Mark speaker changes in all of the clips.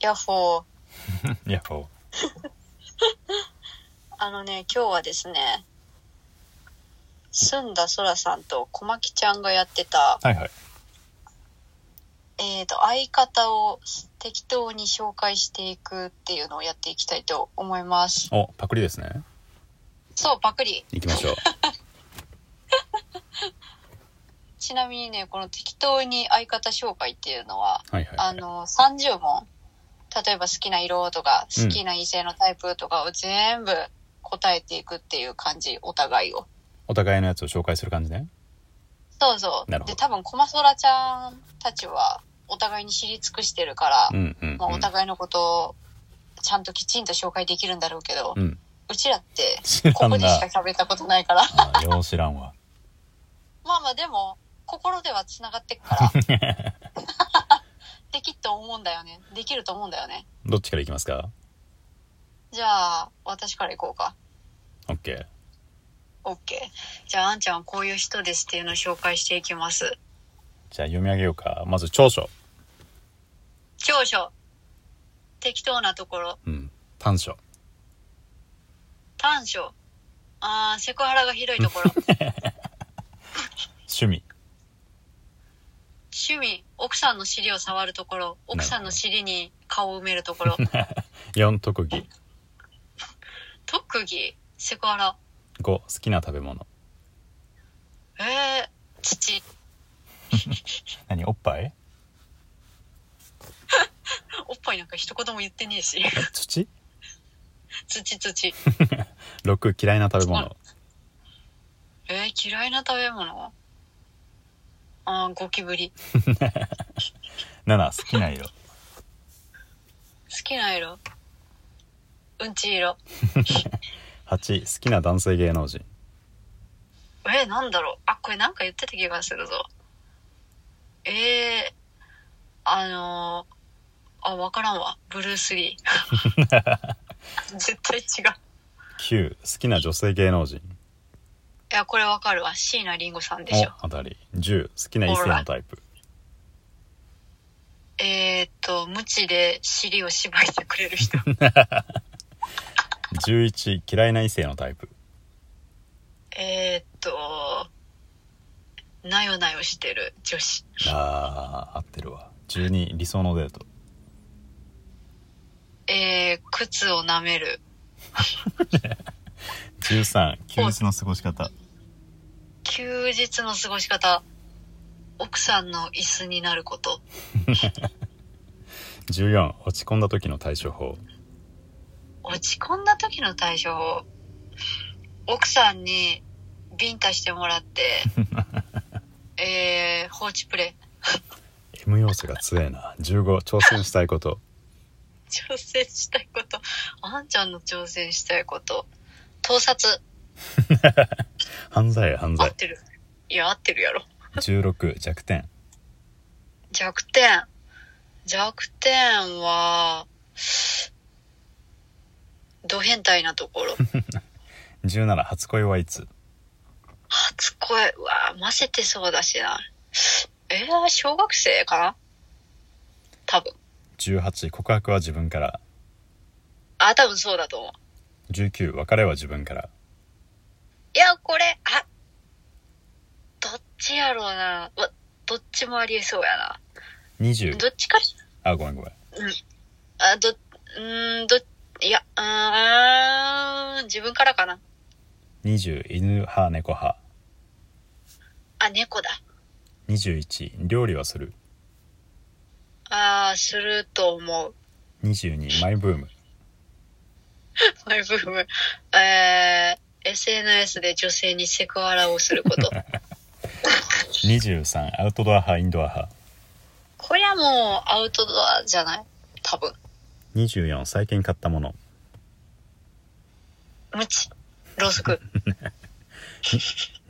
Speaker 1: ヤッホー。
Speaker 2: ヤッホー。
Speaker 1: あのね、今日はですね、澄んだ空さんと小牧ちゃんがやってた、
Speaker 2: はいはい。
Speaker 1: えっ、と、相方を適当に紹介していくっていうのをやっていきたいと思います。
Speaker 2: お、パクリですね。
Speaker 1: そう、パクリ。
Speaker 2: 行きま しょう。
Speaker 1: ちなみにね、この適当に相方紹介っていうのは、
Speaker 2: はいはい。
Speaker 1: あの、30問。例えば好きな色とか、好きな異性のタイプとかを全部答えていくっていう感じ、お互いを。
Speaker 2: お互いのやつを紹介する感じね。
Speaker 1: そうそう。
Speaker 2: なるほど
Speaker 1: で、多分、コマソラちゃんたちは、お互いに知り尽くしてるから、
Speaker 2: うんうん、うん。
Speaker 1: まあ、お互いのことを、ちゃんときちんと紹介できるんだろうけど、う
Speaker 2: うん。
Speaker 1: ちらって、
Speaker 2: 知らんな
Speaker 1: ここでしか喋ったことないから。
Speaker 2: あーよう知らんわ。
Speaker 1: まあまあ、でも、心では繋がってく から。できっと思うんだよね。できると思うんだよね。
Speaker 2: どっちから行きますか
Speaker 1: じゃあ、私から行こうか。
Speaker 2: オッケー。
Speaker 1: オッケー。じゃあ、あんちゃんはこういう人ですっていうのを紹介していきます。
Speaker 2: じゃあ読み上げようか。まず長所。
Speaker 1: 長所。適当なところ。
Speaker 2: うん。短所。
Speaker 1: 短所。あー、セクハラがひどいと ころ。
Speaker 2: 趣味。
Speaker 1: 趣味。奥さんの尻を触るところ。奥さんの尻に顔を埋めるところ。
Speaker 2: 4特技。
Speaker 1: 特技。セクハラ。
Speaker 2: 5好きな食べ物。
Speaker 1: えー、父。
Speaker 2: 何おっぱい
Speaker 1: おっぱいなんか一言も言ってねえし。
Speaker 2: え土
Speaker 1: 土土。
Speaker 2: ?6 嫌いな食べ物。
Speaker 1: えー、嫌いな食べ物あー、ゴキブリ。
Speaker 2: 7好きな色。
Speaker 1: 好きな色。うんち色。
Speaker 2: 8好きな男性芸能人。
Speaker 1: えー、なんだろう。あ、これなんか言ってた気がするぞ。えー、あのー、あ、わからんわ。ブルース・リー。絶対違う。
Speaker 2: 9好きな女性芸能人。
Speaker 1: いや、これわかるわ。椎名林檎さんでしょ。
Speaker 2: おあたり。10好きな異性のタイプ。
Speaker 1: えー、っと、無知で尻を縛いてくれる人。
Speaker 2: 11嫌いな異性のタイプ。
Speaker 1: えー、っと、なよなよしてる女子。
Speaker 2: あー合ってるわ12理想のデート
Speaker 1: えー、靴を舐める。
Speaker 2: 13休日の過ごし方
Speaker 1: 休日の過ごし方。奥さんの椅子になること。
Speaker 2: 14落ち込んだ時の対処法
Speaker 1: 落ち込んだ時の対処法奥さんにビンタしてもらってえー、放置プレイ
Speaker 2: M 要素が強えな15挑戦したいこと
Speaker 1: 挑戦したいことあんちゃんの挑戦したいこと盗撮
Speaker 2: 犯罪犯
Speaker 1: 合
Speaker 2: 罪
Speaker 1: ってるいや合ってるやろ
Speaker 2: 16弱点
Speaker 1: 弱点弱点はド変態なところ
Speaker 2: 17初恋はいつ
Speaker 1: 初恋うわ混ぜてそうだしなえー、小学生かな多分
Speaker 2: 18告白は自分から
Speaker 1: あ多分そうだと思う
Speaker 2: 19別れは自分から
Speaker 1: いや、これ、あ、どっちやろうな。うわ、どっちもありえそうやな。
Speaker 2: 20
Speaker 1: どっちか、
Speaker 2: あごめんごめん
Speaker 1: あ、ど、うーん、ど、いや、うーん、自分からかな。
Speaker 2: 20犬派猫派
Speaker 1: あ、猫だ。
Speaker 2: 21料理はする
Speaker 1: あー、すると思う。
Speaker 2: 22マイブーム
Speaker 1: マイブーム。えー、SNS で女性にセクハラをすること。
Speaker 2: 23アウトドア派インドア派
Speaker 1: こりゃもうアウトドアじゃない多分。
Speaker 2: 24最近買ったもの
Speaker 1: 無知。ろうそく。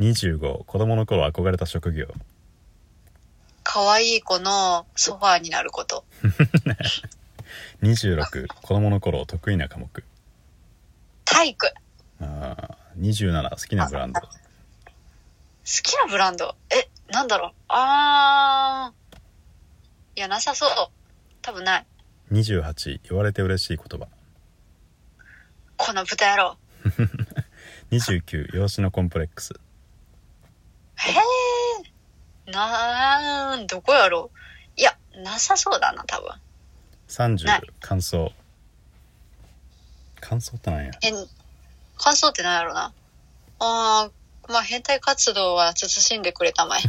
Speaker 2: 25子供の頃憧れた職業
Speaker 1: 可愛い子のソファーになること。
Speaker 2: 26子供の頃得意な科目
Speaker 1: 体育。
Speaker 2: あー27好きなブランド
Speaker 1: 好きなブランドえ、なんだろうあー。いや、なさそう。多分ない。
Speaker 2: 28言われて嬉しい言葉
Speaker 1: この豚野郎。
Speaker 2: 29養子のコンプレックス
Speaker 1: へえ。なーん、どこやろういや、なさそうだな、多分。
Speaker 2: 30
Speaker 1: ない
Speaker 2: 感想感想ってなんや
Speaker 1: え、感想ってなんやろな。あー、まあ、変態活動は慎んでくれた まえ。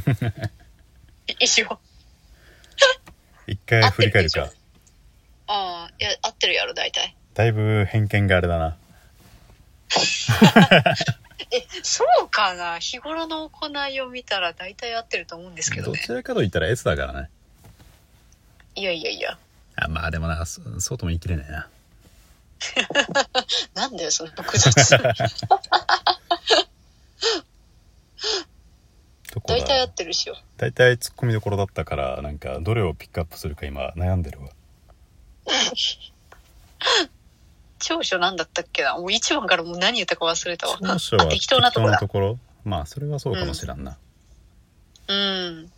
Speaker 1: 一応。
Speaker 2: 一回振り返る
Speaker 1: 合
Speaker 2: か
Speaker 1: ってあー、いや、合ってるやろ、大体。
Speaker 2: だいぶ偏見があれだな
Speaker 1: え、そうかな日頃の行いを見たら大体合ってると思うんですけど
Speaker 2: ど
Speaker 1: ね。
Speaker 2: ちらかと言ったら S だからね
Speaker 1: いやいやいや。
Speaker 2: あまあでもなそそうとも言い切れないな
Speaker 1: なんだよ、その複雑。
Speaker 2: どこ
Speaker 1: 大体合
Speaker 2: だ
Speaker 1: ってるしよ。
Speaker 2: 大体ツッコミどころだったからなんかどれをピックアップするか今悩んでるわ
Speaker 1: 長所なんだったっけなもう一番からもう何言ったか忘れたわ。
Speaker 2: 長所
Speaker 1: あ
Speaker 2: は
Speaker 1: 適当なとこだ
Speaker 2: 適当なところまあそれはそうかもしらんな、
Speaker 1: うん。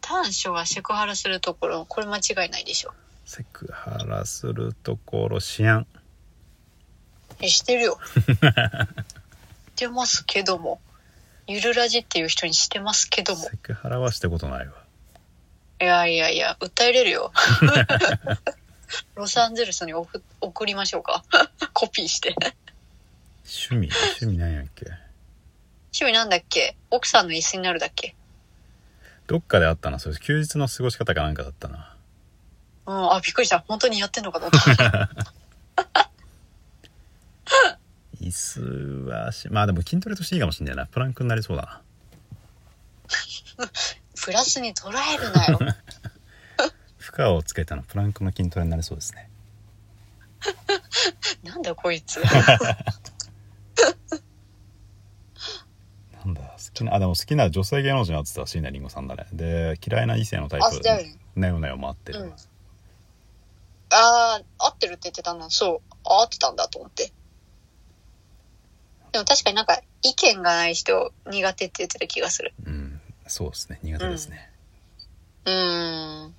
Speaker 1: 短所はセクハラするところ、これ間違いないでしょ。
Speaker 2: セクハラするところ思案
Speaker 1: え、してる よ。してますけども。ゆるラジっていう人にしてますけども。
Speaker 2: セクハラはしたことないわ
Speaker 1: いやいやいや、訴えれるよ。ロサンゼルスに送送りましょうか。コピーして。
Speaker 2: 趣味趣味なんやっけ
Speaker 1: 趣味なんだっけ奥さんの椅子になるだっけ
Speaker 2: どっかであったなそれ休日の過ごし方かなんかだったな
Speaker 1: うん、あ、びっくりした。本当にやってんのかと思っ た。
Speaker 2: 椅子はしまあでも筋トレとしていいかもしんないなプランクになりそうだな
Speaker 1: プラスに捉えるな よ。
Speaker 2: 負荷をつけたのプランクの筋トレになりそうですね
Speaker 1: なんだよこいつ。
Speaker 2: なんだ好きなあでも好きな女性芸能人はって言ったら椎名林檎さんだねで嫌いな異性のタイ
Speaker 1: あ
Speaker 2: プ
Speaker 1: だよね
Speaker 2: ネオネオもあってる、
Speaker 1: うんああ、合ってるって言ってたな。そう。あ合ってたんだと思って。でも確かになんか意見がない人苦手って言ってた気がする。
Speaker 2: うん、そうですね苦手ですね、
Speaker 1: うーん。
Speaker 2: あ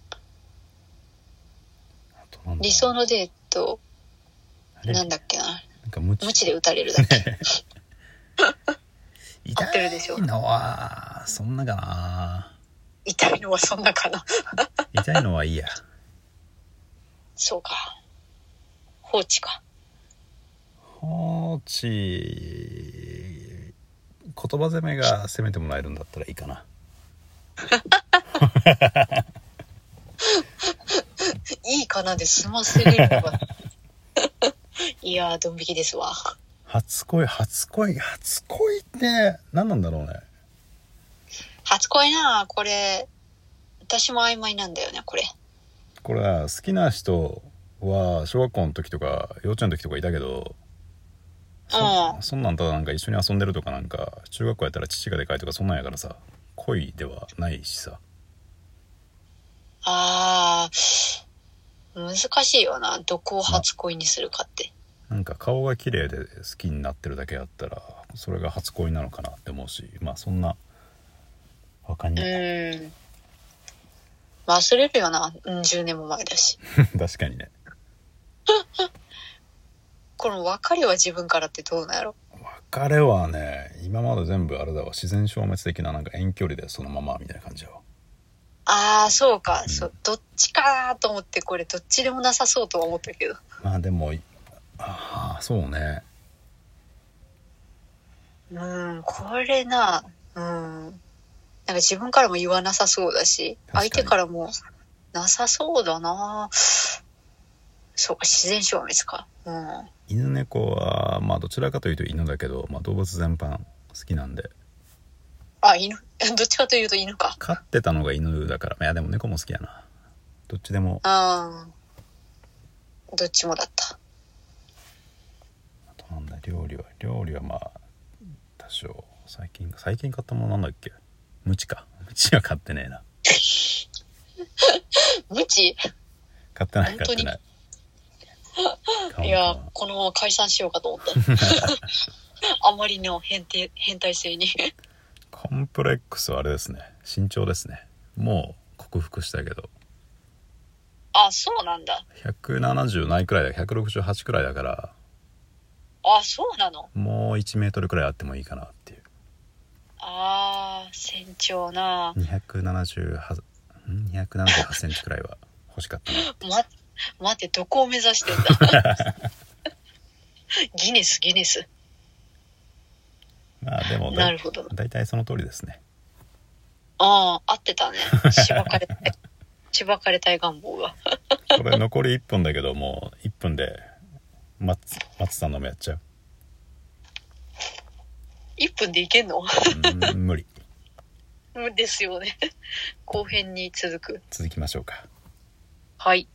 Speaker 2: となんだ
Speaker 1: 理想のデート、
Speaker 2: あれな
Speaker 1: なんんだっけな。
Speaker 2: か無
Speaker 1: 無知で打たれるだっ け。
Speaker 2: 痛
Speaker 1: ってるでしょ
Speaker 2: いのはそんなかな
Speaker 1: 痛いのはそんなかな。
Speaker 2: 痛いのはいいや
Speaker 1: そうか。放置か。
Speaker 2: 放置言葉攻めが攻めてもらえるんだったらいいかな
Speaker 1: いいかなで済ませれるの が。いやー、ドン引きですわ。
Speaker 2: 初恋初恋初恋って何なんだろうね
Speaker 1: 初恋なあこれ、私も曖昧なんだよね、これ。
Speaker 2: これは好きな人は小学校の時とか幼稚園の時とかいたけどそ,、、
Speaker 1: うん
Speaker 2: そんなんただなんか一緒に遊んでるとかなんか中学校やったら父がでかいとかそんなんやからさ恋ではないしさ
Speaker 1: ああ、難しいよな。どこを初恋にするかって。
Speaker 2: なんか顔が綺麗で好きになってるだけやったらそれが初恋なのかなって思うしまあそんなわかん
Speaker 1: う
Speaker 2: ない、
Speaker 1: ーん。忘れるよな。うん、10年も前だし。
Speaker 2: 確かにね
Speaker 1: この別れは自分からってどうなんやろ。
Speaker 2: 別れはね今まで全部あれだわ自然消滅的ななんか遠距離でそのままみたいな感じやわ
Speaker 1: ああ、そうか。
Speaker 2: うん
Speaker 1: そう、どっちかなと思って、これどっちでもなさそうとは思ったけど。
Speaker 2: まあでもいああそうね
Speaker 1: うん、これな、うん。なんか自分からも言わなさそうだし、
Speaker 2: 確かに
Speaker 1: 相手からもなさそうだな。そうか、自然消滅か。うん。
Speaker 2: 犬猫はまあどちらかというと犬だけど、まあ、動物全般好きなんで
Speaker 1: あ、犬。 どっちかというと犬か。
Speaker 2: 飼ってたのが犬だからいやでも猫も好きやなどっちでも
Speaker 1: ああ。どっちもだった。
Speaker 2: あとなんだ料理は料理はまあ多少最近最近買ったものなんだっけムチかムチは買ってねえな
Speaker 1: 無知
Speaker 2: 買ってな
Speaker 1: 本
Speaker 2: い買
Speaker 1: 当
Speaker 2: って
Speaker 1: に
Speaker 2: ない 買おうかない
Speaker 1: や、このまま解散しようかと思った。 あまりの変態変態性に。
Speaker 2: コンプレックスはあれですね慎重ですねもう克服したけど
Speaker 1: あ、そうなんだ。
Speaker 2: 170ないくらいだ168くらいだから
Speaker 1: あ、そうなの。
Speaker 2: もう1メートルくらいあってもいいかなっていう
Speaker 1: ああ、船長な。
Speaker 2: 278ん278センチくらいは欲しかったな
Speaker 1: ま、待って、どこを目指してんだギネス、ギネス。
Speaker 2: まあでも
Speaker 1: な
Speaker 2: だ
Speaker 1: るほど。
Speaker 2: 大体その通りですね
Speaker 1: ああ、合ってたね。しばかれたい。 しばかれたい願望が。
Speaker 2: これ残り1分だけどもう1分で松松さんのもやっちゃう
Speaker 1: 1分でいけんの
Speaker 2: うん無理
Speaker 1: ですよね。後編に続く。
Speaker 2: 続きましょうか
Speaker 1: はい。